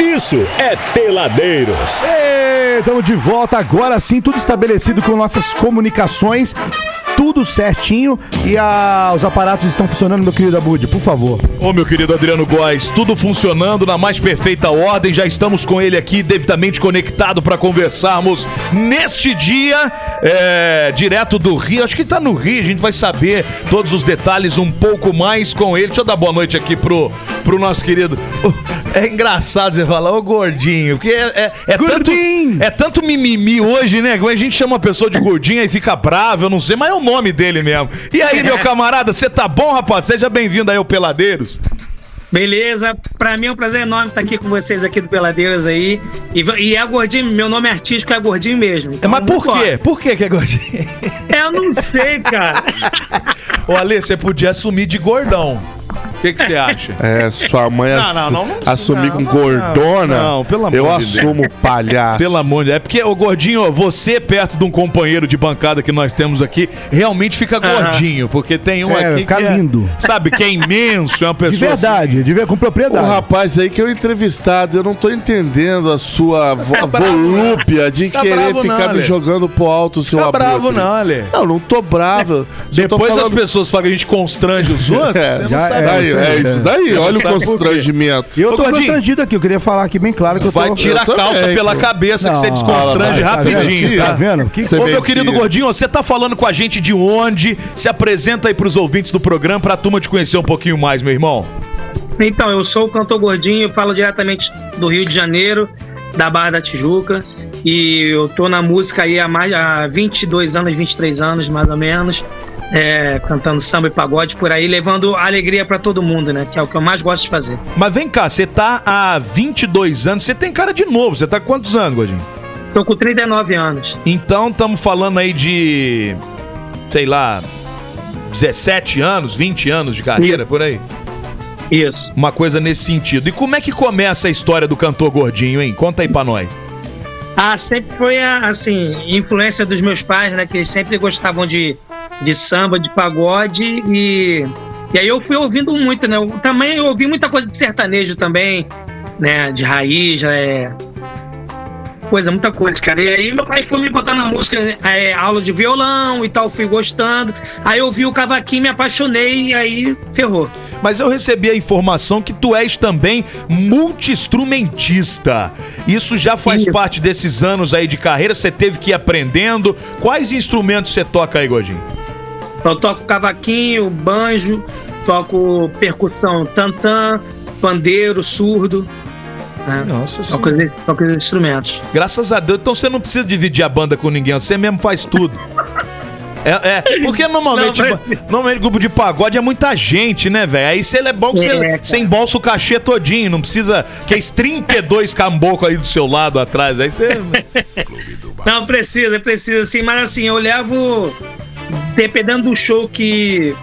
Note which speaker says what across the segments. Speaker 1: isso é Peladeiros.
Speaker 2: Estamos de volta agora sim, tudo estabelecido com nossas comunicações, tudo certinho e a- os aparatos estão funcionando, meu querido Abud, por favor.
Speaker 3: Ô, meu querido Adriano Góes, tudo funcionando na mais perfeita ordem. Já estamos com ele aqui, devidamente conectado para conversarmos neste dia, é, direto do Rio. Acho que tá no Rio, a gente vai saber todos os detalhes um pouco mais com ele. Deixa eu dar boa noite aqui pro, pro nosso querido. Ô, É engraçado você falar, ô gordinho, porque é, é, é tanto,
Speaker 2: Gordinho!
Speaker 3: é tanto mimimi hoje, né? Quando a gente chama a pessoa de gordinho e fica bravo, eu não sei, mas é o nome dele mesmo. E aí, meu camarada, você tá bom, rapaz? Seja bem-vindo aí ao Peladeiros.
Speaker 4: Beleza, pra mim é um prazer enorme estar aqui com vocês aqui do Peladeiros aí. E, va- e é gordinho, meu nome artístico é gordinho mesmo. Então,
Speaker 3: mas por
Speaker 4: vambora.
Speaker 3: quê? Por que que é gordinho?
Speaker 4: Eu não sei, cara.
Speaker 3: Ô, Ale, você podia assumir de gordão. O que que você acha?
Speaker 5: É, sua mãe
Speaker 3: Não,
Speaker 5: ass-
Speaker 3: não, não, não precisa,
Speaker 5: assumir
Speaker 3: não,
Speaker 5: com
Speaker 3: não,
Speaker 5: gordona.
Speaker 3: não, pelo amor
Speaker 5: Eu
Speaker 3: de
Speaker 5: assumo palhaço.
Speaker 3: Pelo amor de Deus. É porque, ô gordinho, você perto de um companheiro de bancada que nós temos aqui, realmente fica gordinho, porque tem um
Speaker 2: É,
Speaker 3: aqui
Speaker 2: fica
Speaker 3: que é-
Speaker 2: lindo.
Speaker 3: sabe, que é imenso, é uma pessoa
Speaker 2: De verdade, de ver com
Speaker 5: O
Speaker 2: propriedade.
Speaker 5: rapaz aí que é o entrevistado, eu não tô entendendo a sua vo
Speaker 3: Tá bravo,
Speaker 5: volúpia de
Speaker 3: Tá
Speaker 5: querer
Speaker 3: bravo não,
Speaker 5: ficar me
Speaker 3: Ale.
Speaker 5: jogando pro alto o seu
Speaker 3: Assim, tá
Speaker 5: abutre.
Speaker 3: bravo não, Ale.
Speaker 5: Não, não tô bravo. Só tô
Speaker 3: É, Depois as
Speaker 5: falando-
Speaker 3: pessoas falam que a gente constrange os outros,
Speaker 5: É,
Speaker 3: você não
Speaker 2: já
Speaker 3: sabe.
Speaker 2: é.
Speaker 5: Daí, é,
Speaker 2: é.
Speaker 5: isso daí, olha o
Speaker 3: sabe por quê.
Speaker 5: constrangimento.
Speaker 2: Eu
Speaker 3: Ô,
Speaker 2: tô
Speaker 3: Gordinho.
Speaker 2: constrangido aqui, eu queria falar aqui bem claro que eu tô...
Speaker 3: Vai tirar a
Speaker 5: também,
Speaker 3: calça pela
Speaker 5: pô.
Speaker 3: cabeça que
Speaker 2: Não,
Speaker 3: você desconstrange
Speaker 2: tá vendo?
Speaker 3: rapidinho,
Speaker 2: Tá vendo? Que-
Speaker 5: Você
Speaker 3: Ô, meu
Speaker 5: mentira.
Speaker 3: querido Gordinho, você tá falando com a gente de onde? Se apresenta aí pros ouvintes do programa pra turma te conhecer um pouquinho mais, meu irmão.
Speaker 4: Então, eu sou o cantor gordinho, falo diretamente do Rio de Janeiro, da Barra da Tijuca. E eu tô na música aí há, mais, há 22 anos, 23 anos mais ou menos. é, cantando samba e pagode por aí, levando alegria pra todo mundo, né? Que é o que eu mais gosto de fazer.
Speaker 3: Mas vem cá, você tá há 22 anos, você tem cara de novo, você tá com quantos anos, Gordinho?
Speaker 4: Tô com 39 anos.
Speaker 3: Então, estamos falando aí de, sei lá, 17 anos, 20 anos de carreira, por aí.
Speaker 4: Isso.
Speaker 3: Uma coisa nesse sentido. E como é que começa a história do cantor Gordinho, hein? Conta aí pra nós.
Speaker 4: Ah, sempre foi a, assim, influência dos meus pais, né? Que eles sempre gostavam de, de samba, de pagode e. E aí eu fui ouvindo muito, né? Eu, também eu ouvi muita coisa de sertanejo também, né? De raiz, é. Coisa, muita coisa, cara. E aí meu pai foi me botando na música, é, aula de violão e tal, fui gostando. Aí eu vi o cavaquinho, me apaixonei e aí ferrou.
Speaker 3: Mas eu recebi a informação que tu és também multi-instrumentista. Isso já faz
Speaker 4: Isso.
Speaker 3: parte desses anos aí de carreira, você teve que ir aprendendo. Quais instrumentos você toca aí, Godinho?
Speaker 4: Então, Eu toco cavaquinho, banjo, toco percussão, tantã, pandeiro, surdo. Né?
Speaker 3: Nossa
Speaker 4: São aqueles, são aqueles instrumentos.
Speaker 3: Graças a Deus. Então você não precisa dividir a banda com ninguém, você mesmo faz tudo. É, é, porque normalmente,
Speaker 4: Não,
Speaker 3: normalmente grupo de pagode é muita gente, né, velho? Aí você é bom que você,
Speaker 4: É, cara.
Speaker 3: você embolsa o cachê todinho, não precisa que é 32 cambocos aí do seu lado atrás. Aí você.
Speaker 4: Não, precisa, precisa sim, mas assim, eu levo. Dependendo do show que,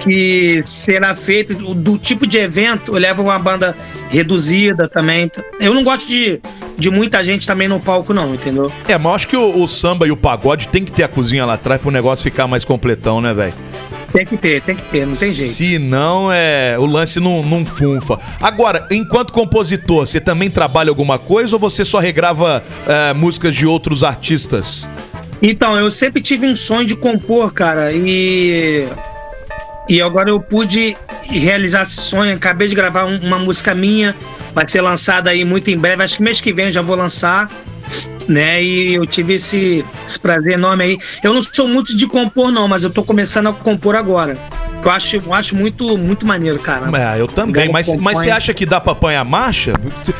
Speaker 4: que será feito, do, do tipo de evento, eu levo uma banda reduzida também. Eu não gosto de, de muita gente também no palco, não, entendeu?
Speaker 3: É, mas eu acho que o, o samba e o pagode tem que ter a cozinha lá atrás pro negócio ficar mais completão, né, velho?
Speaker 4: Tem que ter, tem que ter, não tem jeito.
Speaker 3: Se não, é. O lance não, não funfa. Agora, enquanto compositor, você também trabalha alguma coisa ou você só regrava é, músicas de outros artistas?
Speaker 4: Então, eu sempre tive um sonho de compor, cara, e. E agora eu pude realizar esse sonho. Acabei de gravar um- uma música minha, vai ser lançada aí muito em breve. Acho que mês que vem eu já vou lançar, né? E eu tive esse, esse prazer enorme aí. Eu não sou muito de compor, não, mas eu tô começando a compor agora. Eu acho, eu acho muito, muito maneiro, cara.
Speaker 3: É, eu também,
Speaker 4: Ganha
Speaker 3: mas, mas você
Speaker 4: campanha.
Speaker 3: acha que dá pra apanhar marcha?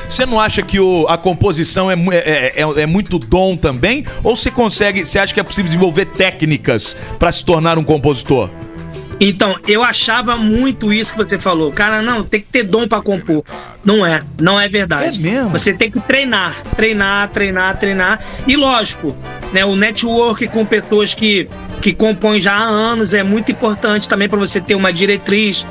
Speaker 3: Você não acha que o- a composição é, mu- é- é- é- é muito dom também? Ou você consegue, você acha que é possível desenvolver técnicas pra se tornar um compositor?
Speaker 4: Então, eu achava muito isso que você falou. Cara, não, tem que ter dom pra compor. Não é, não é verdade.
Speaker 3: É mesmo?
Speaker 4: Você tem que treinar, treinar, treinar, treinar. E lógico, né, o network com pessoas que, que compõem já há anos é muito importante também pra você ter uma diretriz,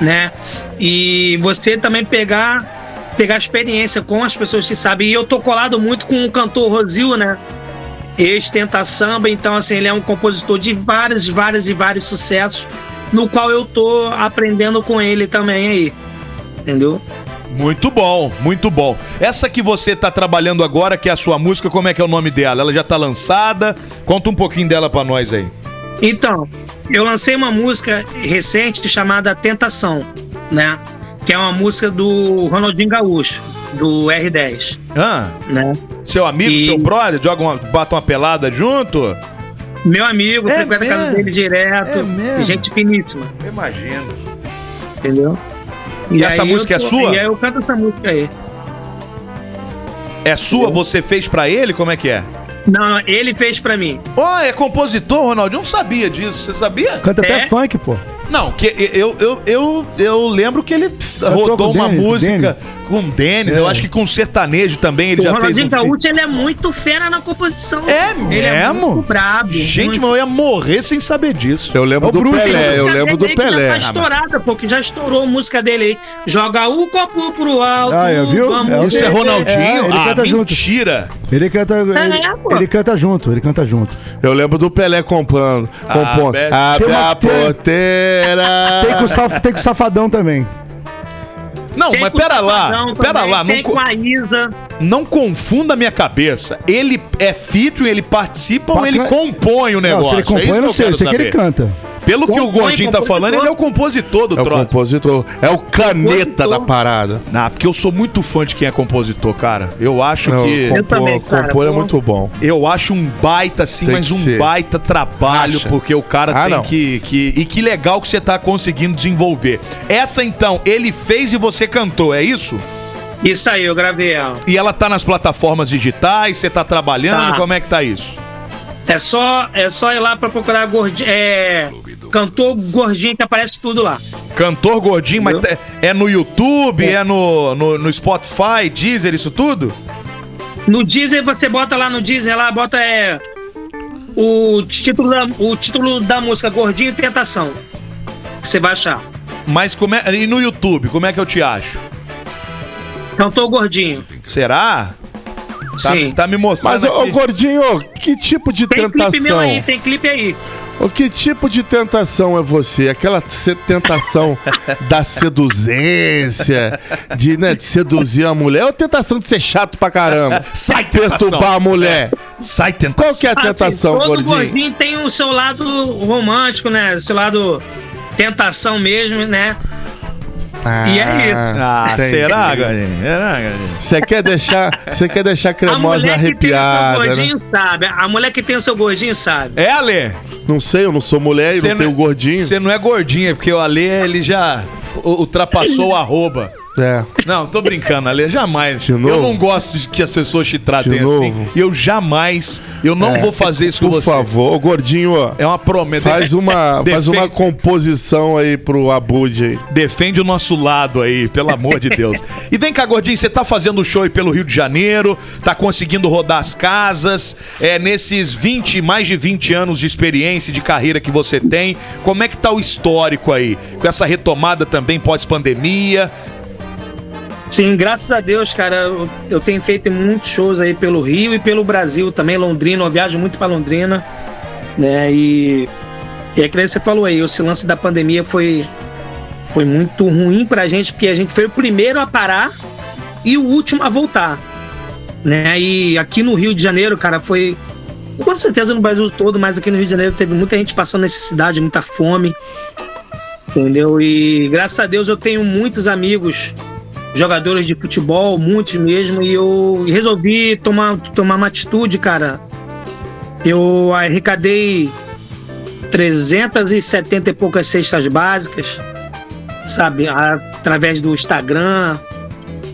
Speaker 4: né? E você também pegar pegar experiência com as pessoas que sabem. E eu tô colado muito com o cantor Rosil, né? ex-tenta samba, então assim, ele é um compositor de vários, vários e vários sucessos, no qual eu tô aprendendo com ele também aí. Entendeu?
Speaker 3: Muito bom, muito bom. Essa que você tá trabalhando agora, que é a sua música, como é que é o nome dela? Ela já tá lançada? Conta um pouquinho dela pra nós aí.
Speaker 4: Então, eu lancei uma música recente chamada Tentação, né? Que é uma música do Ronaldinho Gaúcho, do R10,
Speaker 3: Hã?
Speaker 4: né?
Speaker 3: Seu amigo,
Speaker 4: E-
Speaker 3: seu brother, joga uma, bata uma pelada junto?
Speaker 4: Meu amigo,
Speaker 3: É
Speaker 4: frequenta a casa
Speaker 3: mesmo?
Speaker 4: dele direto,
Speaker 3: É mesmo?
Speaker 4: gente finíssima,
Speaker 3: Imagino.
Speaker 4: entendeu?
Speaker 3: E essa
Speaker 4: aí eu
Speaker 3: música é
Speaker 4: tô-
Speaker 3: sua?
Speaker 4: E aí eu canto essa música aí.
Speaker 3: É sua, você fez pra ele? Como é que é?
Speaker 4: Não, não, ele fez pra mim.
Speaker 3: Ó, é compositor, Ronaldinho. Não sabia disso. Você sabia?
Speaker 2: Canta até
Speaker 4: É?
Speaker 2: funk, pô.
Speaker 3: Não, que eu, eu, eu, eu lembro que ele rodou
Speaker 2: com o
Speaker 3: uma
Speaker 2: Denis, com o
Speaker 3: música
Speaker 2: Denis.
Speaker 3: com o Denis.
Speaker 2: É. tá
Speaker 3: Eu acho que com o sertanejo também ele
Speaker 4: o
Speaker 3: já
Speaker 4: Ronaldinho
Speaker 3: fez um
Speaker 4: Gaúcho, ele é muito fera na composição.
Speaker 3: É
Speaker 4: Ele é
Speaker 3: mesmo?
Speaker 4: muito brabo.
Speaker 3: Gente,
Speaker 4: muito.
Speaker 3: mas eu ia morrer sem saber disso.
Speaker 5: Eu lembro
Speaker 2: Ô,
Speaker 5: do
Speaker 2: Bruno,
Speaker 5: Pelé,
Speaker 4: Tem
Speaker 5: eu
Speaker 4: música
Speaker 5: lembro do
Speaker 4: dele que Já
Speaker 5: Pelé.
Speaker 4: tá estourada, pô, que já estourou a música dele aí. Joga o copo pro alto.
Speaker 2: Ah, é, viu?
Speaker 4: vamos
Speaker 2: É,
Speaker 4: beber.
Speaker 3: Isso é Ronaldinho?
Speaker 2: É, ele
Speaker 3: ah,
Speaker 2: canta junto.
Speaker 3: mentira.
Speaker 2: Ele canta.
Speaker 4: é, pô.
Speaker 2: ele, ele canta junto, ele canta junto.
Speaker 5: Eu lembro do Pelé comprando,
Speaker 3: Ah,
Speaker 5: compondo.
Speaker 3: Beto.
Speaker 5: Abre
Speaker 2: Tem uma-
Speaker 5: a
Speaker 2: tem- Tem
Speaker 5: porteira.
Speaker 2: com, o saf- tem com o Safadão também.
Speaker 3: Não,
Speaker 4: Tem
Speaker 3: mas
Speaker 4: com o
Speaker 3: pera lá,
Speaker 4: Safadão
Speaker 3: pera
Speaker 4: também,
Speaker 3: lá, não,
Speaker 4: Tem com
Speaker 3: co-
Speaker 4: a Isa.
Speaker 3: não confunda minha cabeça. Ele é featuring, ele participa ou
Speaker 2: Pra
Speaker 3: ele
Speaker 2: can-
Speaker 3: compõe o
Speaker 2: Não,
Speaker 3: negócio?
Speaker 2: se ele
Speaker 3: É isso
Speaker 2: compõe, eu não
Speaker 3: que
Speaker 2: sei, eu
Speaker 3: quero
Speaker 2: sei que ele
Speaker 3: saber.
Speaker 2: canta.
Speaker 3: Pelo que o
Speaker 4: Compõe,
Speaker 3: Gordinho tá
Speaker 4: compositor.
Speaker 3: falando, ele é o compositor do
Speaker 5: É o
Speaker 3: troço.
Speaker 5: compositor, é o caneta
Speaker 4: Compositor.
Speaker 5: da parada.
Speaker 3: Ah, porque eu sou muito fã de quem é compositor, cara. Eu acho
Speaker 5: Não,
Speaker 3: que.
Speaker 5: compor,
Speaker 4: também, cara,
Speaker 5: compor é
Speaker 4: pô.
Speaker 5: muito bom.
Speaker 3: Eu acho um baita, assim,
Speaker 5: Tem
Speaker 3: mas
Speaker 5: que
Speaker 3: um
Speaker 5: ser.
Speaker 3: baita trabalho,
Speaker 5: Acha?
Speaker 3: porque o cara
Speaker 5: Ah,
Speaker 3: tem
Speaker 5: não.
Speaker 3: que, que. E que legal que você tá conseguindo desenvolver. Essa então, ele fez e você cantou, é isso?
Speaker 4: Isso aí, eu gravei ela.
Speaker 3: E ela tá nas plataformas digitais, você tá trabalhando,
Speaker 4: Tá.
Speaker 3: como é que tá isso?
Speaker 4: É só, é só ir lá pra procurar gordinho. É, cantor gordinho que aparece tudo lá.
Speaker 3: Cantor gordinho, mas tá- é no YouTube, é, no, no, no Spotify, Deezer, isso tudo?
Speaker 4: No Deezer, você bota lá no Deezer, lá bota é, o, título da, o título da música, Gordinho e Tentação. Você vai achar.
Speaker 3: Mas como é. E no YouTube, como é que eu te acho?
Speaker 4: Cantor Então, Gordinho.
Speaker 3: Será? Tá,
Speaker 4: Sim.
Speaker 3: tá me mostrando.
Speaker 5: Mas, ô, ô,
Speaker 3: aqui.
Speaker 5: Gordinho, que tipo de
Speaker 4: Tem clipe meu
Speaker 5: tentação?
Speaker 4: aí, tem clipe aí.
Speaker 5: Ô, que tipo de tentação é você? Aquela se- tentação da seduzência, de, né, de seduzir a mulher, ou tentação de ser chato pra caramba?
Speaker 3: Sai,
Speaker 5: Perturbar
Speaker 3: tentação.
Speaker 5: a mulher.
Speaker 3: Sai, tentação.
Speaker 5: Qual que é a
Speaker 4: Ah, sim,
Speaker 5: tentação,
Speaker 4: todo
Speaker 5: gordinho?
Speaker 4: tem o seu lado romântico, né? O seu lado tentação mesmo, né? E é isso.
Speaker 3: Ah,
Speaker 5: entendi.
Speaker 3: será, Galinha? Será, Galinha?
Speaker 5: Você quer deixar, você quer deixar a cremosa
Speaker 4: que tem o
Speaker 5: arrepiada,
Speaker 4: seu
Speaker 5: né?
Speaker 4: gordinho sabe. A mulher que tem o seu gordinho sabe.
Speaker 3: É, Ale?
Speaker 5: Não sei, eu não sou mulher e
Speaker 3: Cê
Speaker 5: não tenho
Speaker 3: não-
Speaker 5: gordinho.
Speaker 3: Você não é gordinha, porque o Ale, ele já u- ultrapassou o arroba.
Speaker 5: É.
Speaker 3: Não, tô brincando, Ale, jamais.
Speaker 5: De novo?
Speaker 3: Eu não gosto de que as pessoas te tratem
Speaker 5: De
Speaker 3: assim.
Speaker 5: novo? É.
Speaker 3: E eu jamais, eu não vou fazer isso com
Speaker 5: Por
Speaker 3: você.
Speaker 5: favor, ô, gordinho, ó,
Speaker 3: É uma promessa. É,
Speaker 5: faz uma, faz
Speaker 3: Defen-
Speaker 5: uma composição aí pro Abud aí.
Speaker 3: Defende o nosso lado aí, pelo amor de Deus. E vem cá, Gordinho, você tá fazendo show aí pelo Rio de Janeiro, tá conseguindo rodar as casas, é, nesses 20, mais de 20 anos de experiência e de carreira que você tem, como é que tá o histórico aí? Com essa retomada também pós-pandemia,
Speaker 4: Sim, graças a Deus, cara, eu, eu tenho feito muitos shows aí pelo Rio e pelo Brasil também, Londrina, eu viajo muito pra Londrina, né? E, e é que nem você falou aí, esse lance da pandemia foi, foi muito ruim pra gente, porque a gente foi o primeiro a parar e o último a voltar, né? E aqui no Rio de Janeiro, cara, foi com certeza no Brasil todo, mas aqui no Rio de Janeiro teve muita gente passando necessidade, muita fome, entendeu? E graças a Deus eu tenho muitos amigos jogadores de futebol, muitos mesmo, e eu resolvi tomar, tomar uma atitude, cara. Eu arrecadei 370 e poucas cestas básicas, sabe, através do Instagram,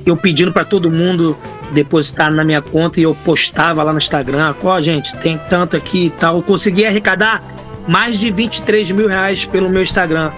Speaker 4: eu pedindo pra todo mundo depositar na minha conta e eu postava lá no Instagram, ó, gente, tem tanto aqui e tal. Eu consegui arrecadar mais de 23 mil reais pelo meu Instagram.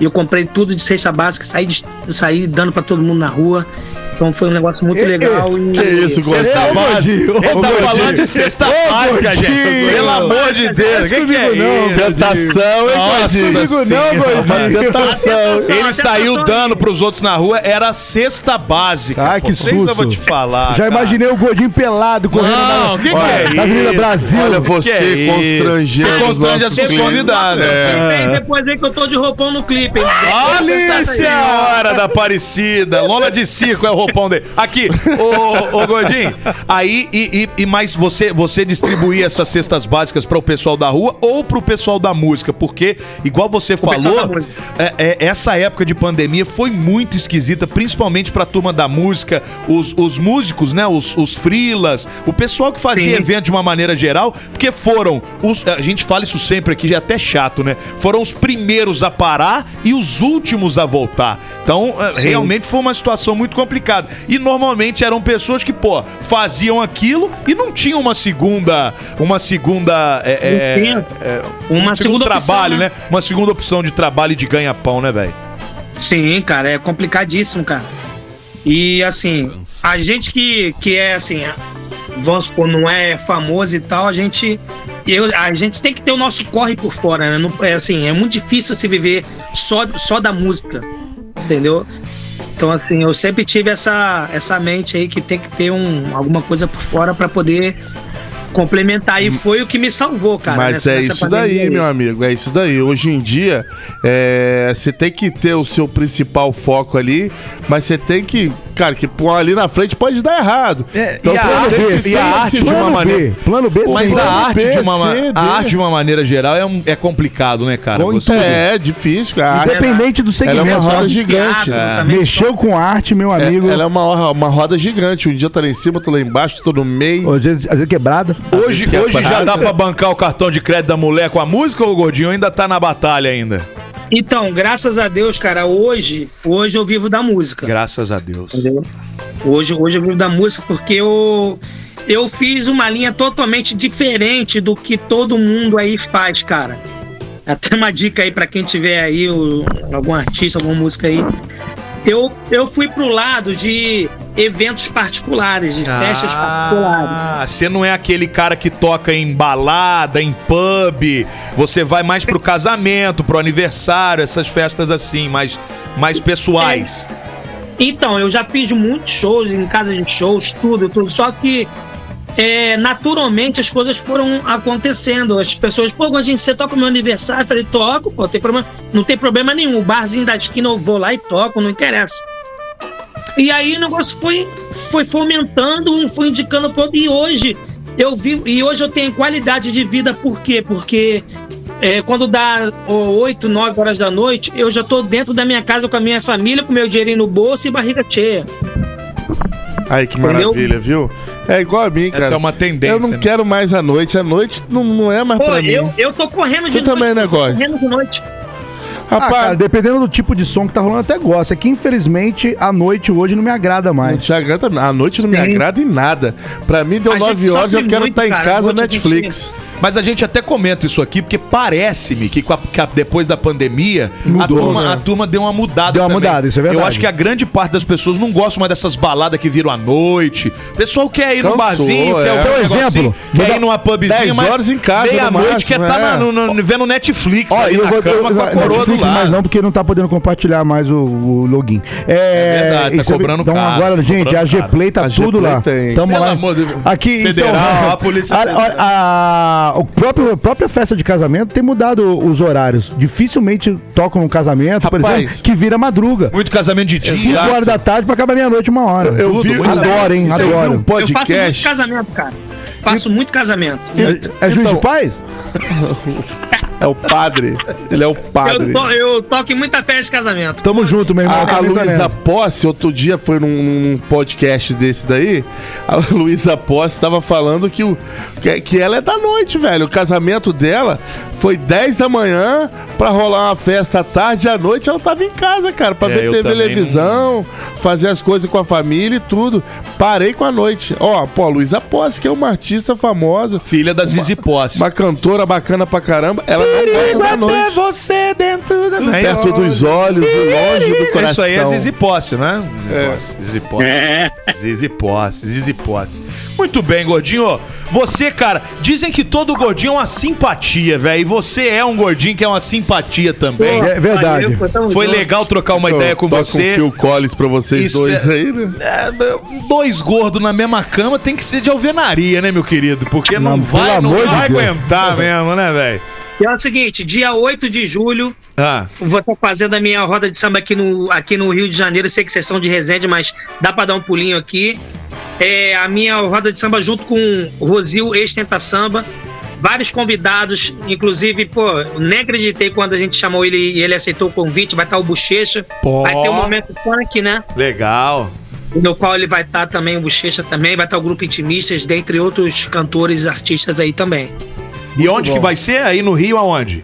Speaker 4: E eu comprei tudo de cesta básica, saí, de- saí dando pra todo mundo na rua. Então foi um negócio muito
Speaker 2: Ê,
Speaker 4: legal. e...
Speaker 5: Que isso,
Speaker 3: Sexta
Speaker 5: Gordinho?
Speaker 3: base.
Speaker 2: Gordinho,
Speaker 3: é Ele
Speaker 2: ô,
Speaker 3: tá
Speaker 2: Gordinho.
Speaker 3: falando de sexta
Speaker 2: Ô,
Speaker 3: básica,
Speaker 2: Gordinho.
Speaker 3: gente. Pelo amor de Deus. Que que é
Speaker 2: não,
Speaker 3: isso?
Speaker 5: Tentação, hein,
Speaker 3: Nossa
Speaker 5: Gordinho?
Speaker 3: senhora.
Speaker 5: Tentação.
Speaker 4: Não,
Speaker 3: Ele
Speaker 4: até
Speaker 3: saiu
Speaker 4: passou
Speaker 3: dando
Speaker 4: aí.
Speaker 3: pros outros na rua, era a cesta básica.
Speaker 2: Ai, que
Speaker 3: Vocês Eu
Speaker 2: susto.
Speaker 3: vou te falar.
Speaker 2: Já
Speaker 3: cara.
Speaker 2: imaginei o gordinho pelado correndo
Speaker 3: Ah, tá. Não,
Speaker 2: na,
Speaker 3: que que
Speaker 2: Olha,
Speaker 3: é
Speaker 2: na Avenida
Speaker 3: isso?
Speaker 2: Brasil.
Speaker 5: Olha, você
Speaker 3: Que é isso?
Speaker 5: constrangendo.
Speaker 3: Você constrange
Speaker 5: os
Speaker 3: as suas
Speaker 5: nossos
Speaker 3: convidadas.
Speaker 5: É.
Speaker 4: Vem depois aí que eu tô de roupão no clipe. hein?
Speaker 3: Nossa
Speaker 2: Olha
Speaker 3: senhora da Aparecida! Lola de circo é o roupão dele. Aqui, ô, ô Godinho, aí, e, e, e mais você, você distribuir essas cestas básicas para o pessoal da rua ou para o pessoal da música? Porque, igual você
Speaker 4: da
Speaker 3: falou,
Speaker 4: música.
Speaker 3: é, é, essa época de pandemia foi muito esquisita, principalmente para a turma da música, os, os músicos, né, os, os frilas, o pessoal que fazia
Speaker 4: Sim.
Speaker 3: evento de uma maneira geral, porque foram os, a gente fala isso sempre aqui, já é até chato, né? Foram os primeiros a parar e os últimos a voltar. Então, é, realmente foi uma situação muito complicada. E normalmente eram pessoas que, pô, faziam aquilo e não tinham uma segunda, uma segunda é,
Speaker 4: Não
Speaker 3: é,
Speaker 4: tinha.
Speaker 3: é,
Speaker 4: Uma
Speaker 3: segundo
Speaker 4: segunda opção,
Speaker 3: trabalho,
Speaker 4: né?
Speaker 3: né? Uma segunda opção de trabalho e de ganha-pão, né, velho?
Speaker 4: Sim, cara, é complicadíssimo, cara. E assim, a gente que, que é assim, vamos supor, não é famoso e tal, a gente. Eu, a gente tem que ter o nosso corre por fora, né? Não, é, assim, é muito difícil se viver só, só da música, entendeu? Então, assim, eu sempre tive essa, essa mente aí que tem que ter um, alguma coisa por fora pra poder complementar. E foi o que me salvou, cara.
Speaker 5: Mas
Speaker 4: nessa-
Speaker 5: é
Speaker 4: nessa
Speaker 5: isso
Speaker 4: pandemia
Speaker 5: daí,
Speaker 4: aí.
Speaker 5: meu amigo. É isso daí. Hoje em dia, é, você tem que ter o seu principal foco ali, mas você tem que. Cara, que pôr ali na frente pode dar errado.
Speaker 3: É,
Speaker 5: então,
Speaker 3: e a
Speaker 5: você
Speaker 2: Plano B,
Speaker 5: tem que-
Speaker 2: sempre,
Speaker 5: e a arte de uma
Speaker 2: plano
Speaker 5: maneira.
Speaker 2: B, plano B
Speaker 3: Mas
Speaker 2: sempre.
Speaker 3: a arte, de uma, ma-
Speaker 5: PCD.
Speaker 3: a arte de uma maneira geral é, um- é complicado, né, cara?
Speaker 2: Com
Speaker 3: Você-
Speaker 2: tudo.
Speaker 5: É, é difícil, cara. A arte-
Speaker 2: Independente do
Speaker 5: Ela é
Speaker 2: segmento.
Speaker 5: uma roda
Speaker 2: sabe?
Speaker 5: gigante.
Speaker 4: Piada,
Speaker 5: né?
Speaker 4: também
Speaker 2: Mexeu com arte, meu amigo.
Speaker 5: É, ela é uma, uma roda gigante. Um dia tá lá em cima, tô lá embaixo, tô no meio.
Speaker 2: Hoje, às vezes quebrada.
Speaker 4: Ah,
Speaker 3: Hoje,
Speaker 4: é
Speaker 3: hoje já dá pra bancar o cartão de crédito da mulher com a música ou o gordinho ainda tá na batalha ainda?
Speaker 4: Então, graças a Deus, cara, hoje, hoje eu vivo da música.
Speaker 3: Graças a Deus.
Speaker 4: entendeu? Hoje, hoje eu vivo da música porque eu, eu fiz uma linha totalmente diferente do que todo mundo aí faz, cara. Até uma dica aí pra quem tiver aí, o- algum artista, alguma música aí. Eu, eu fui pro lado de eventos particulares, de festas particulares.
Speaker 3: Ah, você não é aquele cara que toca em balada, em pub. Você vai mais pro casamento, pro aniversário, essas festas assim, mais, mais pessoais.
Speaker 4: Então, eu já fiz muitos shows, em casa de shows, tudo, tudo. Só que é, naturalmente as coisas foram acontecendo. As pessoas, pô, Gordinho, você toca o meu aniversário? Eu falei, toco, pô, tem problema, não tem problema nenhum. O barzinho da esquina eu vou lá e toco, não interessa. E aí o negócio foi, foi fomentando, um foi indicando pro outro. E hoje eu vivo, e hoje eu tenho qualidade de vida, por quê? Porque é, quando dá ó, 8, 9 horas da noite, eu já tô dentro da minha casa com a minha família, com meu dinheirinho no bolso e barriga cheia.
Speaker 5: Aí que
Speaker 4: Entendeu?
Speaker 5: maravilha, viu? É igual a mim, cara.
Speaker 3: Essa é uma tendência.
Speaker 5: Eu não
Speaker 3: né?
Speaker 5: quero mais a noite. A noite não, não é mais
Speaker 4: Pô,
Speaker 5: pra
Speaker 4: eu,
Speaker 5: mim.
Speaker 4: eu tô correndo de
Speaker 5: Você também é
Speaker 4: noite. tô
Speaker 5: negócio.
Speaker 4: correndo de noite.
Speaker 2: Ah,
Speaker 5: Rapaz,
Speaker 2: cara, dependendo do tipo de som que tá rolando, eu até gosto. É que, infelizmente, a noite hoje não me agrada
Speaker 5: Não
Speaker 2: mais.
Speaker 5: te agrada, a noite não me
Speaker 4: Sim.
Speaker 5: agrada em nada. Pra mim deu
Speaker 4: A gente
Speaker 5: 9 horas, eu
Speaker 4: sofre
Speaker 5: quero
Speaker 4: muito,
Speaker 5: estar em
Speaker 4: cara,
Speaker 5: casa
Speaker 4: eu vou te
Speaker 5: Netflix.
Speaker 3: Mas a gente até comenta isso aqui, porque parece-me que, com a- que a- depois da pandemia, a,
Speaker 2: Mudou,
Speaker 3: turma,
Speaker 2: né?
Speaker 3: a turma deu uma mudada
Speaker 2: Deu uma
Speaker 3: também.
Speaker 2: mudada, isso é verdade.
Speaker 3: Eu acho que a grande parte das pessoas não gosta mais dessas baladas que viram à noite. O pessoal quer ir num
Speaker 5: Cansou,
Speaker 3: barzinho, quer,
Speaker 5: é. Quer
Speaker 2: um
Speaker 3: um negocinho,
Speaker 2: exemplo? Vou
Speaker 3: quer
Speaker 2: dar
Speaker 3: ir numa pubzinha,
Speaker 5: 10
Speaker 3: mas
Speaker 5: horas em casa, no
Speaker 3: meia-noite,
Speaker 5: máximo,
Speaker 3: quer tá estar
Speaker 5: é.
Speaker 3: vendo Netflix
Speaker 2: Ó,
Speaker 3: ali
Speaker 2: eu
Speaker 3: na
Speaker 2: vou-
Speaker 3: cama
Speaker 2: eu-
Speaker 3: com a coroa do
Speaker 2: Netflix
Speaker 3: lado.
Speaker 2: mais não, porque não tá podendo compartilhar mais o, o login. É,
Speaker 3: É verdade, tá
Speaker 2: isso
Speaker 3: cobrando
Speaker 2: então,
Speaker 3: caro,
Speaker 2: agora,
Speaker 3: tá
Speaker 2: gente,
Speaker 3: cobrando
Speaker 2: a Gplay tá
Speaker 5: A
Speaker 2: tudo
Speaker 5: Gplay
Speaker 2: lá.
Speaker 5: tem.
Speaker 2: Tamo
Speaker 3: Pelo
Speaker 2: lá.
Speaker 3: amor de Deus.
Speaker 2: Aqui,
Speaker 3: Federal,
Speaker 2: então,
Speaker 3: a polícia-
Speaker 2: Olha, olha, a, o próprio, a própria festa de casamento tem mudado os horários. Dificilmente tocam um casamento, por
Speaker 5: Rapaz.
Speaker 2: exemplo, que vira madruga.
Speaker 3: Muito casamento de dia.
Speaker 2: 5 horas da tarde pra acabar meia-noite, uma hora.
Speaker 5: Eu vi,
Speaker 2: Adoro, hein?
Speaker 5: Eu
Speaker 2: Adoro.
Speaker 5: vi um
Speaker 4: Eu faço muito
Speaker 5: podcast.
Speaker 4: casamento, cara. Faço muito casamento.
Speaker 2: É juiz
Speaker 5: Então,
Speaker 2: de paz?
Speaker 5: É o padre. Ele é o padre.
Speaker 4: Eu, to, eu toco em muita festa de casamento.
Speaker 2: Tamo junto, meu irmão.
Speaker 5: A, a
Speaker 3: é
Speaker 2: Caminho tá
Speaker 5: Luísa
Speaker 2: nessa.
Speaker 5: Posse, outro dia foi num, num podcast desse daí. A Luísa Posse tava falando que, o, que, que ela é da noite, velho. O casamento dela Foi 10 da manhã pra rolar uma festa à tarde e à noite ela tava em casa, cara, pra
Speaker 3: É, eu
Speaker 5: ver te-
Speaker 3: também
Speaker 5: televisão, fazer as coisas com a família e tudo. Parei com a noite. Ó, pô, a Luísa Posse, que é uma artista famosa,
Speaker 3: Filha da Zizi Posse.
Speaker 5: uma cantora bacana pra caramba, ela não gosta da noite.
Speaker 3: é você dentro da
Speaker 5: Perto dos olhos e longe do coração.
Speaker 3: Isso aí é Zizi Posse, né?
Speaker 5: É.
Speaker 3: Zizi Posse. Zizi Posse, Zizi Posse. Muito bem, gordinho. Você, cara, dizem que todo gordinho é uma simpatia, velho. E você é um gordinho que é uma simpatia também.
Speaker 2: É verdade.
Speaker 4: Valeu, pô, tamo
Speaker 3: Foi
Speaker 4: junto.
Speaker 3: legal trocar uma
Speaker 5: Pô,
Speaker 3: ideia com
Speaker 5: toca
Speaker 3: você.
Speaker 5: um Phil Collins pra vocês
Speaker 3: Isso
Speaker 5: dois
Speaker 3: é-
Speaker 5: aí, né?
Speaker 3: É, dois gordos na mesma cama tem que ser de alvenaria, né, meu querido? Porque não,
Speaker 2: Não,
Speaker 3: vai,
Speaker 2: pelo
Speaker 3: não
Speaker 2: amor de
Speaker 3: vai
Speaker 2: Deus.
Speaker 3: aguentar mesmo, né, velho?
Speaker 4: E é o seguinte, dia 8 de julho,
Speaker 3: Ah,
Speaker 4: vou estar fazendo a minha roda de samba aqui no, aqui no Rio de Janeiro, sei que sessão de Resende, mas dá pra dar um pulinho aqui. É a minha roda de samba junto com Rosil, ex-tenta samba. Vários convidados, inclusive, pô, nem acreditei quando a gente chamou ele e ele aceitou o convite, vai estar o Bochecha.
Speaker 3: Pô.
Speaker 4: Vai ter o momento funk, né?
Speaker 3: legal.
Speaker 4: No qual ele vai estar também, o Bochecha também, vai estar o grupo Intimistas, dentre outros cantores, artistas aí também.
Speaker 3: E onde que vai ser? Aí no Rio, aonde?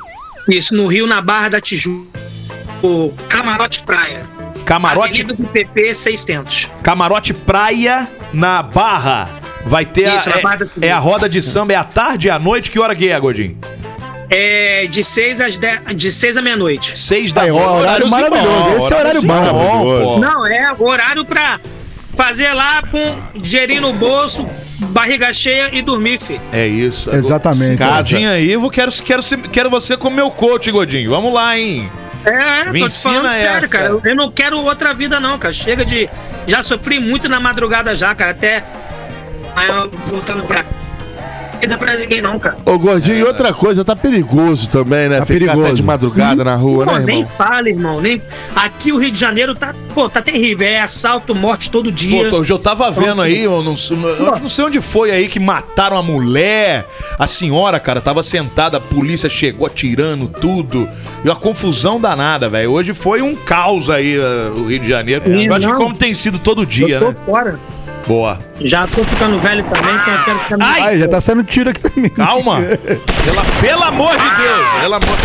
Speaker 4: Isso, no Rio, na Barra da Tijuca, o Camarote Praia.
Speaker 3: Camarote,
Speaker 4: Avenida do PP 600.
Speaker 3: Camarote Praia na Barra. Vai ter
Speaker 4: Isso,
Speaker 3: a,
Speaker 4: na
Speaker 3: é,
Speaker 4: Barra da Tijuca.
Speaker 3: é a roda de samba, é à tarde, é à noite. Que hora que é, Godinho?
Speaker 4: É de 6 às 10, de 6 à meia-noite.
Speaker 3: Seis da
Speaker 2: Aí, ó, É, horário
Speaker 3: Horáriozinho
Speaker 2: maravilhoso. Esse é horário bom.
Speaker 3: horáriozinho
Speaker 2: Maravilhoso.
Speaker 3: pô.
Speaker 4: Não, é horário pra fazer lá com dinheirinho no bolso, barriga cheia e dormir, filho.
Speaker 3: É isso.
Speaker 2: Exatamente.
Speaker 3: Godinho aí, eu vou- quero, quero, quero você como meu coach, Godinho. Vamos lá, hein?
Speaker 4: É,
Speaker 3: Me
Speaker 4: tô te
Speaker 3: ensina
Speaker 4: falando
Speaker 3: essa.
Speaker 4: sério, cara. Eu- Eu não quero outra vida, não, cara. Chega de. Já sofri muito na madrugada já, cara. Até. Aí eu voltando pra. Não dá pra ninguém, não, cara.
Speaker 5: Ô, Gordinho, e outra coisa, tá perigoso também, né?
Speaker 2: Tá
Speaker 5: Ficar até
Speaker 2: perigoso.
Speaker 5: de madrugada na rua,
Speaker 4: Pô,
Speaker 5: né,
Speaker 4: nem
Speaker 5: irmão?
Speaker 4: fala, irmão. Nem... Aqui o Rio de Janeiro tá, pô, tá terrível. É assalto, morte todo dia.
Speaker 3: Pô, hoje eu tava vendo aí, eu não, eu não sei onde foi aí que mataram a mulher. A senhora, cara, tava sentada, a polícia chegou atirando tudo. E uma confusão danada, velho. Hoje foi um caos aí eh, o Rio de Janeiro.
Speaker 4: É.
Speaker 3: Eu acho que
Speaker 4: Não.
Speaker 3: como tem sido todo dia,
Speaker 4: eu tô
Speaker 3: né?
Speaker 4: fora.
Speaker 3: Boa.
Speaker 4: Já tô ficando velho também, então eu quero ficar no-
Speaker 3: Ai!
Speaker 2: Ai, já tá saindo tiro aqui também.
Speaker 3: Calma. Pela, pelo amor de Deus. Pelo amor...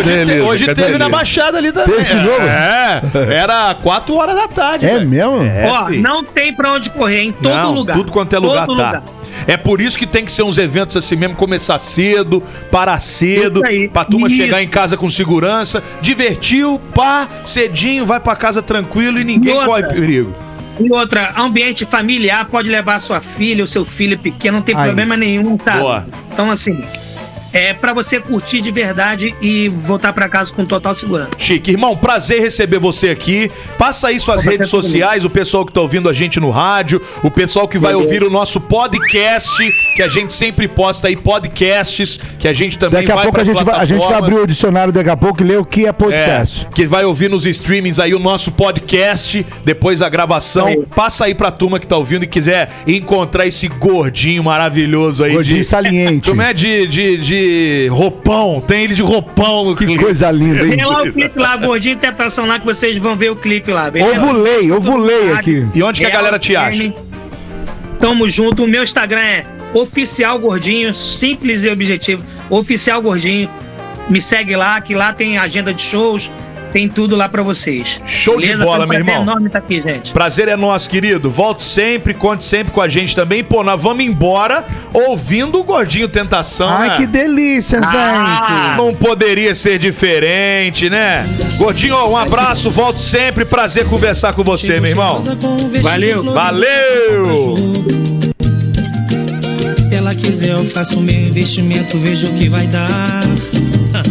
Speaker 3: Hoje,
Speaker 5: Cadê,
Speaker 3: te-
Speaker 5: Elisa?
Speaker 3: hoje
Speaker 5: Cadê,
Speaker 3: teve na
Speaker 5: Elisa?
Speaker 3: Baixada ali também.
Speaker 2: Teve de novo?
Speaker 3: É, era 4 horas da tarde.
Speaker 2: É
Speaker 3: velho.
Speaker 2: mesmo?
Speaker 4: Ó,
Speaker 3: filho.
Speaker 4: não tem pra onde correr, em todo
Speaker 3: Não,
Speaker 4: lugar.
Speaker 3: Tudo quanto é lugar
Speaker 4: Todo
Speaker 3: tá. É por isso que tem que ser uns eventos assim mesmo, começar cedo, parar cedo,
Speaker 4: Isso aí.
Speaker 3: pra turma
Speaker 4: Isso.
Speaker 3: chegar em casa com segurança, divertiu, pá, cedinho, vai pra casa tranquilo e ninguém
Speaker 4: Nossa.
Speaker 3: corre perigo.
Speaker 4: E outra, ambiente familiar, pode levar sua filha, o seu filho pequeno, não tem
Speaker 2: Aí.
Speaker 4: problema nenhum, tá?
Speaker 3: Boa.
Speaker 4: Então, assim, é pra você curtir de verdade e voltar pra casa com total segurança.
Speaker 3: Chique, irmão, prazer receber você aqui. Passa aí suas
Speaker 4: Obrigado
Speaker 3: redes
Speaker 4: comigo.
Speaker 3: sociais, o pessoal que tá ouvindo a gente no rádio, o pessoal que vai ouvir o nosso podcast, que a gente sempre posta aí podcasts, que a gente também
Speaker 2: Daqui a
Speaker 3: vai
Speaker 2: pouco a
Speaker 3: pras
Speaker 2: gente, vai, a gente vai
Speaker 3: plataformas.
Speaker 2: abrir o dicionário daqui a pouco e ler o que é
Speaker 3: É,
Speaker 2: podcast.
Speaker 3: que vai ouvir nos streamings aí o nosso podcast, depois da gravação.
Speaker 4: Aí.
Speaker 3: Passa aí pra turma que tá ouvindo e quiser encontrar esse gordinho maravilhoso aí.
Speaker 2: Gordinho
Speaker 3: de-
Speaker 2: saliente.
Speaker 3: Como é de, de, de roupão? Tem ele de roupão no
Speaker 2: Que
Speaker 3: clipe.
Speaker 2: coisa linda,
Speaker 4: Tem
Speaker 2: hein?
Speaker 4: lá o clipe lá, gordinho tentação lá, que vocês vão ver o clipe lá, beleza?
Speaker 2: Ovulei, ovulei aqui.
Speaker 3: E onde Ah, que a galera te acha?
Speaker 4: Guilherme. Tamo junto. O meu Instagram é Oficial Gordinho, simples e objetivo. Oficial Gordinho. Me segue lá, que lá tem agenda de shows, tem tudo lá pra vocês.
Speaker 3: Show de bola,
Speaker 4: Foi um
Speaker 3: meu
Speaker 4: prazer
Speaker 3: irmão.
Speaker 4: enorme tá aqui, gente.
Speaker 3: Prazer é nosso, querido. Volte sempre, conte sempre com a gente também. Pô, nós vamos embora ouvindo o Gordinho Tentação. né?
Speaker 2: Ai, que delícia,
Speaker 3: Ah,
Speaker 2: gente.
Speaker 3: Não poderia ser diferente, né? Gordinho, um abraço, volto sempre. Prazer conversar com você, meu irmão.
Speaker 4: Valeu.
Speaker 3: Valeu!
Speaker 6: Se ela quiser, eu faço meu investimento, vejo o que vai dar. Ah.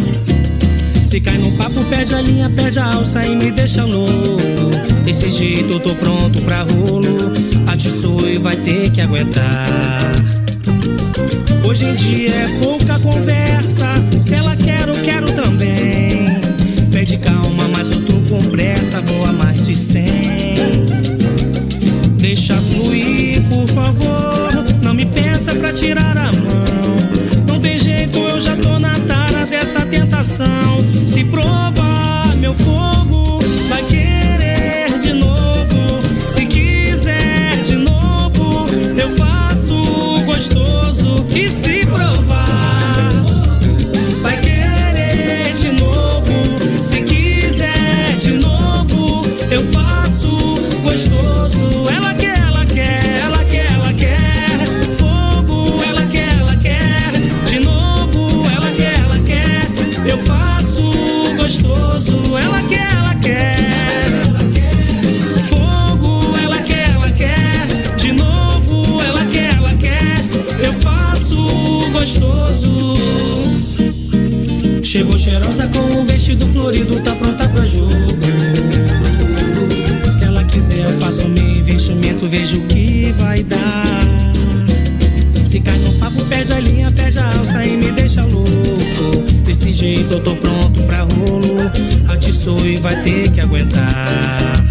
Speaker 6: Se cai no papo, perde a linha, perde a alça e me deixa louco. Desse jeito eu tô pronto pra rolo. A Tsui vai ter que aguentar. Hoje em dia é pouca conversa. Se ela quer, eu quero também. Pede calma, mas eu tô com pressa. Vou a mais de 100. Deixa fluir, por favor. Não me peça pra tirar a mão. Não tem jeito, eu já tô na tara dessa tentação. Se provar, meu fogo vai querer de novo. Se quiser de novo, eu faço gostoso. E se provar, vai querer. tá investimento, vejo o que vai dar. Se cai no papo, perde a linha, perde a alça e me deixa louco. Desse jeito eu tô pronto pra rolo. Atiçou e vai ter que aguentar.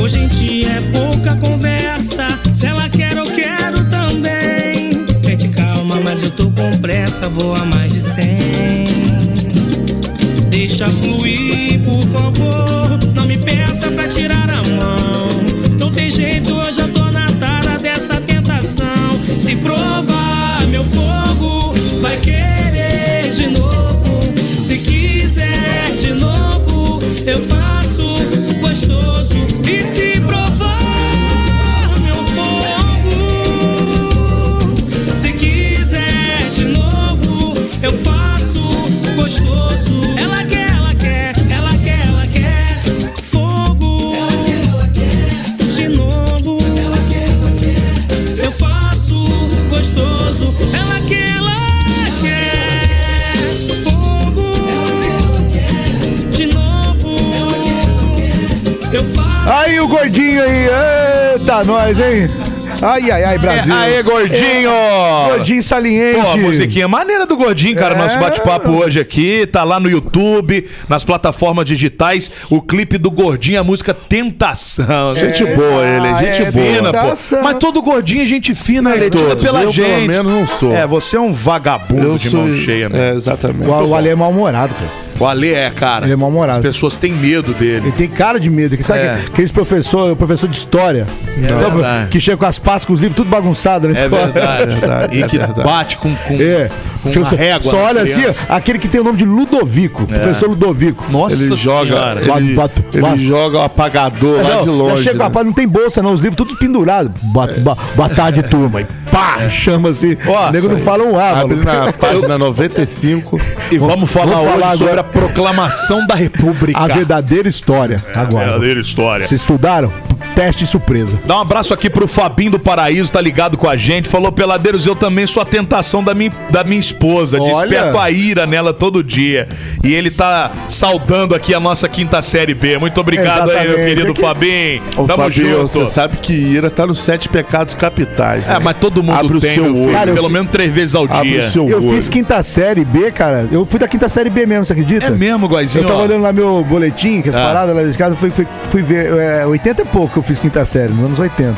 Speaker 6: Hoje em dia é pouca conversa. Se ela quer, eu quero também. Pede calma, mas eu tô com pressa. Vou a mais de 100. Deixa fluir, por favor. Não me peça pra tirar a mão. Não tem jeito, hoje eu tô na tara dessa tentação. Se provar meu fogo, vai querer de novo. Se quiser de novo, eu faço gostoso. E se provar meu fogo, se quiser de novo, eu faço gostoso. Ela quer, ela quer, ela quer, ela quer fogo. De novo, eu faço gostoso. Ela quer, ela quer fogo. De novo, eu faço.
Speaker 2: Aí o gordinho aí, eita, nós, hein? Ai, ai, ai, Brasil.
Speaker 3: É,
Speaker 2: É,
Speaker 3: Aê, gordinho!
Speaker 2: Gordinho saliente.
Speaker 3: Pô, a musiquinha é maneira do Gordinho, cara.
Speaker 2: É.
Speaker 3: Nosso bate-papo hoje aqui. Tá lá no YouTube, nas plataformas digitais. O clipe do Gordinho, a música Tentação. Gente boa ele, gente
Speaker 2: é,
Speaker 3: boa.
Speaker 2: tentação.
Speaker 3: pô. Mas todo gordinho é gente fina, ele tira
Speaker 5: todos.
Speaker 3: pela
Speaker 5: Eu,
Speaker 3: gente.
Speaker 5: pelo menos, não sou.
Speaker 3: É, você é um vagabundo
Speaker 5: Eu
Speaker 3: de
Speaker 5: sou.
Speaker 3: mão cheia, né?
Speaker 5: É, exatamente.
Speaker 2: O, o Ale é mal-humorado, cara.
Speaker 3: O Ale é, cara.
Speaker 2: Ele é mal-humorado.
Speaker 3: As pessoas têm medo dele.
Speaker 2: Ele tem cara de medo. que Sabe
Speaker 3: É.
Speaker 2: que- aqueles professor, professor de história? sabe,
Speaker 3: verdade.
Speaker 2: que chega com as pás, com os livros, tudo bagunçado na
Speaker 3: É
Speaker 2: escola.
Speaker 3: verdade.
Speaker 5: verdade,
Speaker 3: e
Speaker 5: é
Speaker 3: que
Speaker 5: verdade.
Speaker 3: bate com, com,
Speaker 2: É.
Speaker 3: com
Speaker 2: Tipo,
Speaker 3: uma
Speaker 2: só-
Speaker 3: régua.
Speaker 2: só
Speaker 3: na
Speaker 2: olha assim,
Speaker 3: criança.
Speaker 2: ó, aquele que tem o nome de Ludovico, professor Ludovico.
Speaker 3: Nossa
Speaker 5: Ele joga,
Speaker 3: senhora.
Speaker 2: Bate,
Speaker 5: ele,
Speaker 2: bate,
Speaker 5: ele
Speaker 2: bate.
Speaker 5: joga o apagador lá
Speaker 2: Não,
Speaker 5: de
Speaker 2: já
Speaker 5: longe.
Speaker 2: chega,
Speaker 5: né?
Speaker 2: rapaz, não tem bolsa, não. Os livros tudo pendurado. Ba- ba- Boa tarde, turma. E pá, chama assim.
Speaker 3: Ó,
Speaker 2: o nego não
Speaker 3: isso aí.
Speaker 2: fala um A,
Speaker 5: Abre
Speaker 2: maluco.
Speaker 5: na página 95.
Speaker 3: E vamos falar,
Speaker 2: vamos falar
Speaker 3: hoje sobre
Speaker 2: agora-
Speaker 3: a proclamação da República.
Speaker 2: A verdadeira história. É, agora.
Speaker 3: história.
Speaker 2: Vocês estudaram? Teste de surpresa.
Speaker 3: Dá um abraço aqui pro Fabinho do Paraíso, tá ligado com a gente. Falou, peladeiros, eu também sou a tentação da minha, da minha esposa.
Speaker 2: Olha.
Speaker 3: Desperto a ira nela todo dia. E ele tá saudando aqui a nossa quinta série B. Muito obrigado aí, meu
Speaker 2: Exatamente.
Speaker 3: querido
Speaker 2: É que-
Speaker 3: Fabinho.
Speaker 5: Ô,
Speaker 3: Tamo
Speaker 5: Fabinho,
Speaker 3: junto.
Speaker 5: Você sabe que Ira tá nos sete pecados capitais. né?
Speaker 3: É, mas todo mundo
Speaker 5: Abre o
Speaker 3: tem,
Speaker 5: seu
Speaker 3: meu filho,
Speaker 5: olho.
Speaker 2: Cara, eu
Speaker 3: pelo
Speaker 2: fi-
Speaker 3: menos três vezes ao
Speaker 5: Abre
Speaker 3: dia.
Speaker 5: o seu
Speaker 2: Eu
Speaker 5: olho.
Speaker 2: fiz quinta série B, cara. Eu fui da quinta série B mesmo, você acredita?
Speaker 3: É mesmo, Guazinho?
Speaker 2: Eu tava
Speaker 3: ó.
Speaker 2: olhando lá meu boletim, que as paradas lá de casa, fui, fui, fui ver. É, 80 e pouco que eu fiz quinta série, nos anos 80.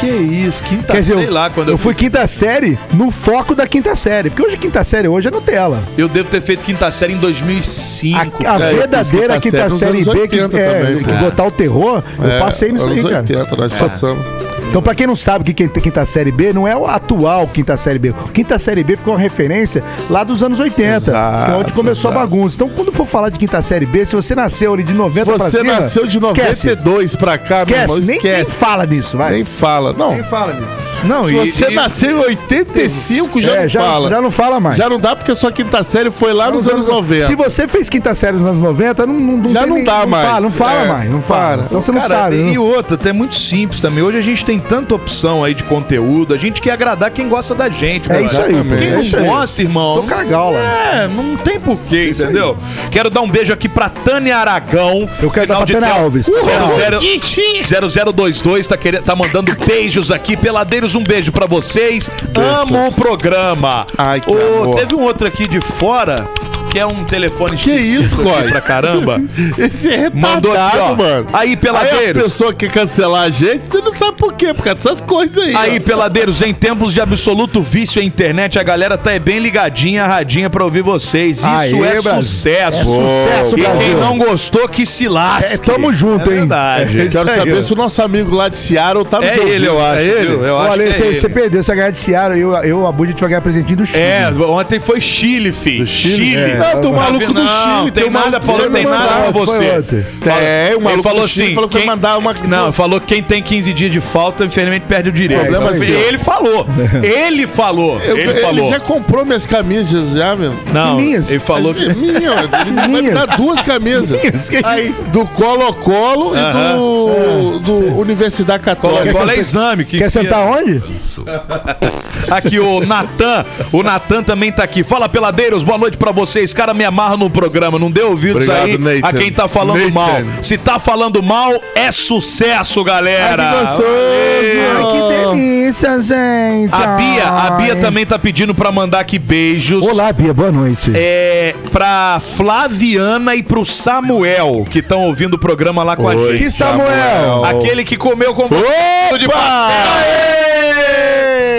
Speaker 3: Que isso, quinta,
Speaker 2: Quer dizer,
Speaker 3: sei
Speaker 2: eu,
Speaker 3: lá, quando eu,
Speaker 2: fui
Speaker 3: fiz-
Speaker 2: quinta série no foco da quinta série. Porque hoje quinta série hoje é Nutella.
Speaker 3: Eu devo ter feito quinta série em
Speaker 2: A,
Speaker 3: 2005.
Speaker 2: a
Speaker 5: É, eu fiz
Speaker 2: verdadeira
Speaker 5: quinta
Speaker 2: quinta,
Speaker 5: série nos
Speaker 2: série
Speaker 5: anos
Speaker 2: B que,
Speaker 5: 80
Speaker 2: é,
Speaker 5: também,
Speaker 2: que
Speaker 5: cara.
Speaker 2: botar o terror, eu passei nisso aí,
Speaker 5: É, anos
Speaker 2: cara.
Speaker 5: 80, nós passamos.
Speaker 2: Então, pra quem não sabe o que é quinta série B, não é o atual quinta série B. Quinta série B ficou uma referência lá dos anos 80,
Speaker 5: Exato,
Speaker 2: que é onde começou a bagunça. Então, quando for falar de quinta série B, se você nasceu ali de 90
Speaker 5: Se
Speaker 2: pra
Speaker 5: você
Speaker 2: cima,
Speaker 5: nasceu de
Speaker 2: esquece,
Speaker 5: 92 pra cá, meu irmão,
Speaker 2: esquece, nem, nem
Speaker 5: esquece.
Speaker 2: fala disso, vai.
Speaker 5: Nem fala. Não,
Speaker 2: fala nisso.
Speaker 3: Não,
Speaker 5: se
Speaker 3: e-
Speaker 5: você
Speaker 3: e-
Speaker 5: nasceu em 85, já
Speaker 2: É,
Speaker 5: não
Speaker 2: já,
Speaker 5: fala.
Speaker 2: já
Speaker 5: Já
Speaker 2: não fala mais.
Speaker 5: não, dá, porque a sua quinta série foi lá nos, anos 90.
Speaker 2: Se você fez quinta série nos anos 90, não, não, não
Speaker 5: Já
Speaker 2: tem
Speaker 5: não
Speaker 2: nem-
Speaker 5: dá mais.
Speaker 2: Fala, não fala
Speaker 5: É,
Speaker 2: mais, não fala.
Speaker 5: para.
Speaker 2: Então você não
Speaker 3: Cara,
Speaker 2: sabe.
Speaker 3: E
Speaker 2: não-
Speaker 3: outra, até é muito simples também. Hoje a gente tem tanta opção aí de conteúdo, a gente quer agradar quem gosta da gente.
Speaker 2: É
Speaker 3: velho.
Speaker 2: isso aí,
Speaker 3: Quem
Speaker 2: Pedro, é
Speaker 3: não
Speaker 2: isso aí.
Speaker 3: gosta, irmão.
Speaker 2: Tô
Speaker 3: não-
Speaker 2: cagala.
Speaker 3: É, não tem porquê, entendeu? Quero dar um beijo aqui pra Tânia Aragão.
Speaker 2: Eu quero
Speaker 3: final
Speaker 2: dar pra
Speaker 3: de
Speaker 2: Tânia
Speaker 3: tela-
Speaker 2: Alves.
Speaker 3: Zero, zero- 0022 tá, querendo, tá mandando beijos aqui. Peladeiros, um beijo pra vocês. Amo o programa.
Speaker 5: Ai, que
Speaker 3: Ô,
Speaker 5: amor.
Speaker 3: Teve um outro aqui de fora, que é um telefone
Speaker 5: Que
Speaker 3: esquisito
Speaker 5: isso,
Speaker 3: aqui
Speaker 5: Góis?
Speaker 3: pra caramba.
Speaker 5: Esse é retardado,
Speaker 3: Mandou aqui, ó.
Speaker 5: mano.
Speaker 3: Aí,
Speaker 5: Aí a
Speaker 3: peladeiros.
Speaker 5: pessoa quer cancelar a gente, você não sabe por quê, por causa dessas coisas aí.
Speaker 3: Aí,
Speaker 5: ó.
Speaker 3: peladeiros, em tempos de absoluto vício à internet, a galera tá é bem ligadinha, radinha pra ouvir vocês. Isso
Speaker 2: Aê,
Speaker 3: é
Speaker 2: Brasil.
Speaker 3: sucesso.
Speaker 2: É sucesso,
Speaker 3: E quem
Speaker 2: Brasil.
Speaker 3: não gostou, que se lasque.
Speaker 2: É, tamo junto,
Speaker 3: É
Speaker 2: hein?
Speaker 3: verdade.
Speaker 2: É
Speaker 5: Eu
Speaker 2: isso
Speaker 5: quero
Speaker 2: aí,
Speaker 5: saber
Speaker 2: ó.
Speaker 5: se o nosso amigo lá de Seattle tá nos
Speaker 3: É ele, eu acho.
Speaker 5: É ele?
Speaker 3: viu? Eu acho
Speaker 2: Olha,
Speaker 3: que é
Speaker 2: você,
Speaker 3: ele.
Speaker 2: você perdeu, você ganhar de Seara, eu, eu a Bud, a gente vai ganhar presentinho do Chile.
Speaker 3: É, ontem foi Chile, filho. Chile.
Speaker 5: É. Não, tem um maluco do
Speaker 3: tem,
Speaker 5: Chile, tem um
Speaker 3: nada,
Speaker 5: maluco
Speaker 3: falou,
Speaker 5: que
Speaker 3: tem
Speaker 5: vai
Speaker 3: nada pra
Speaker 5: mandar,
Speaker 2: foi
Speaker 3: ah, você.
Speaker 2: ontem.
Speaker 3: Fala-
Speaker 5: É, o
Speaker 3: ele
Speaker 5: maluco
Speaker 3: falou
Speaker 5: do Chile
Speaker 3: assim,
Speaker 5: falou que vai
Speaker 3: quem-
Speaker 5: mandar uma-
Speaker 3: Não, falou quem tem 15 dias de falta, infelizmente perde o direito.
Speaker 5: Problema
Speaker 3: Mas
Speaker 5: seu.
Speaker 3: ele falou. Ele falou.
Speaker 5: É, Eu-
Speaker 3: ele falou.
Speaker 5: já comprou minhas camisas já, meu.
Speaker 3: Não,
Speaker 2: Minhas.
Speaker 3: ele falou que
Speaker 5: É Minha, ó. ele vai me dar duas camisas.
Speaker 2: Aí,
Speaker 5: Do Colo-Colo e do, do Universidade Católica.
Speaker 3: Colo-Colo
Speaker 2: sentar-
Speaker 3: é exame. Que
Speaker 2: Quer sentar onde?
Speaker 3: Aqui o Natan. O Natan também tá aqui. Fala, tá peladeiros. Boa noite pra vocês. vocês, cara, me amarram no programa. Não dê ouvidos
Speaker 5: Obrigado,
Speaker 3: aí a
Speaker 5: Nathan.
Speaker 3: quem tá falando
Speaker 5: Nathan.
Speaker 3: mal. Se tá falando mal, é sucesso, galera.
Speaker 5: Ai, que gostoso.
Speaker 2: Ai, que delícia, gente.
Speaker 3: Ah. A Bia, a Bia
Speaker 2: Ai.
Speaker 3: também tá pedindo pra mandar aqui beijos.
Speaker 2: Olá, Bia, boa noite.
Speaker 3: É, pra Flaviana e pro Samuel, que estão ouvindo o programa lá com a
Speaker 5: Oi,
Speaker 3: gente.
Speaker 2: Que Samuel?
Speaker 3: Aquele que comeu com
Speaker 5: Opa!
Speaker 3: de pastel.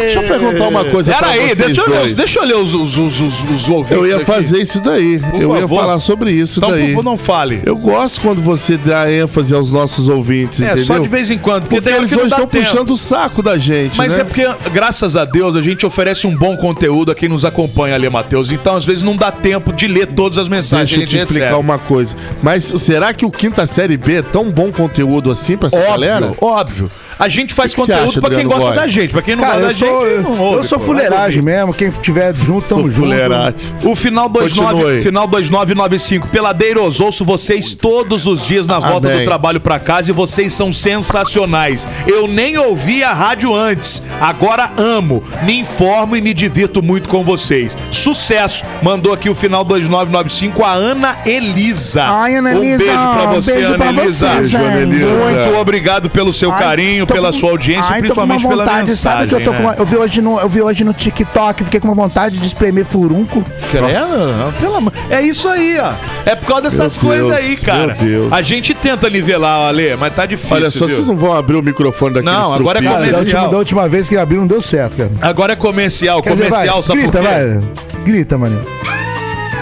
Speaker 5: Deixa eu perguntar uma coisa pra
Speaker 3: Peraí,
Speaker 5: vocês
Speaker 3: deixa, eu ler os-
Speaker 5: dois.
Speaker 3: deixa eu ler os, os, os, os, os ouvintes.
Speaker 5: Eu ia
Speaker 3: aqui.
Speaker 5: fazer isso daí.
Speaker 3: Por
Speaker 5: eu ia
Speaker 3: favor.
Speaker 5: falar sobre isso
Speaker 3: Então, por
Speaker 5: daí.
Speaker 3: favor, não fale.
Speaker 5: Eu gosto quando você dá ênfase aos nossos ouvintes,
Speaker 3: É,
Speaker 5: entendeu?
Speaker 3: só de vez em quando. Porque,
Speaker 5: Porque
Speaker 3: tem hora
Speaker 5: eles
Speaker 3: que não
Speaker 5: hoje
Speaker 3: dá
Speaker 5: estão
Speaker 3: tempo.
Speaker 5: puxando o saco da gente,
Speaker 3: Mas
Speaker 5: né?
Speaker 3: é porque, graças a Deus, a gente oferece um bom conteúdo a quem nos acompanha ali, Matheus. Então, às vezes, não dá tempo de ler todas as mensagens.
Speaker 5: Deixa eu te
Speaker 3: que a gente
Speaker 5: explicar
Speaker 3: recebe.
Speaker 5: uma coisa. Mas será que o Quinta Série B é tão bom conteúdo assim pra essa
Speaker 3: Óbvio,
Speaker 5: galera?
Speaker 3: óbvio. A gente faz
Speaker 5: O que que você
Speaker 3: conteúdo
Speaker 5: acha,
Speaker 3: pra quem
Speaker 5: Adriano
Speaker 3: gosta
Speaker 5: Góes?
Speaker 3: da gente. Pra quem não
Speaker 2: Cara, eu
Speaker 3: gosta da
Speaker 2: sou,
Speaker 3: gente, não ouve,
Speaker 2: eu sou
Speaker 3: pô.
Speaker 2: fuleiragem mesmo. Quem tiver junto, tamo junto.
Speaker 5: fuleiragem.
Speaker 3: O final 29,
Speaker 5: Continue.
Speaker 3: final 2995. Peladeiros, ouço vocês todos os dias na volta
Speaker 5: Amém.
Speaker 3: do trabalho pra casa e vocês são sensacionais. Eu nem ouvi a rádio antes, agora amo. Me informo e me divirto muito com vocês. Sucesso! Mandou aqui o final 2995 a Ana Elisa.
Speaker 2: Ai, Ana
Speaker 3: Um
Speaker 2: Elisa,
Speaker 3: beijo pra
Speaker 2: um
Speaker 3: você,
Speaker 2: beijo
Speaker 3: Ana
Speaker 2: pra
Speaker 3: Elisa.
Speaker 2: vocês,
Speaker 3: Beijo, Ana
Speaker 2: Ana.
Speaker 3: Elisa. Muito obrigado pelo seu
Speaker 2: Ai,
Speaker 3: carinho,
Speaker 2: tô
Speaker 3: pela
Speaker 2: com-
Speaker 3: sua audiência,
Speaker 2: Ai, tô com uma
Speaker 3: principalmente pela mensagem.
Speaker 2: Sabe que eu tô com uma-
Speaker 3: né?
Speaker 2: eu, vi hoje no, eu vi hoje no TikTok, fiquei com uma vontade de espremer furunco.
Speaker 3: Credo, pelo amor. É isso aí, ó. É por causa dessas
Speaker 5: Meu
Speaker 3: coisas
Speaker 5: Deus,
Speaker 3: aí, cara.
Speaker 5: meu Deus.
Speaker 3: A gente tenta nivelar, Ale, mas tá difícil.
Speaker 5: Olha só,
Speaker 3: viu?
Speaker 5: vocês não vão abrir o microfone daquele
Speaker 3: Não, agora é
Speaker 5: Ah,
Speaker 2: Cara, da
Speaker 3: comercial.
Speaker 2: última, da última vez que abriu não deu certo, cara.
Speaker 3: Agora é comercial,
Speaker 2: Quer dizer, vai,
Speaker 3: comercial, sabe
Speaker 2: grita,
Speaker 3: por quê?
Speaker 2: vai. Grita, mano.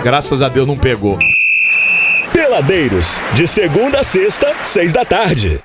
Speaker 3: Graças a Deus não pegou.
Speaker 1: Peladeiros, de segunda a sexta, seis da tarde.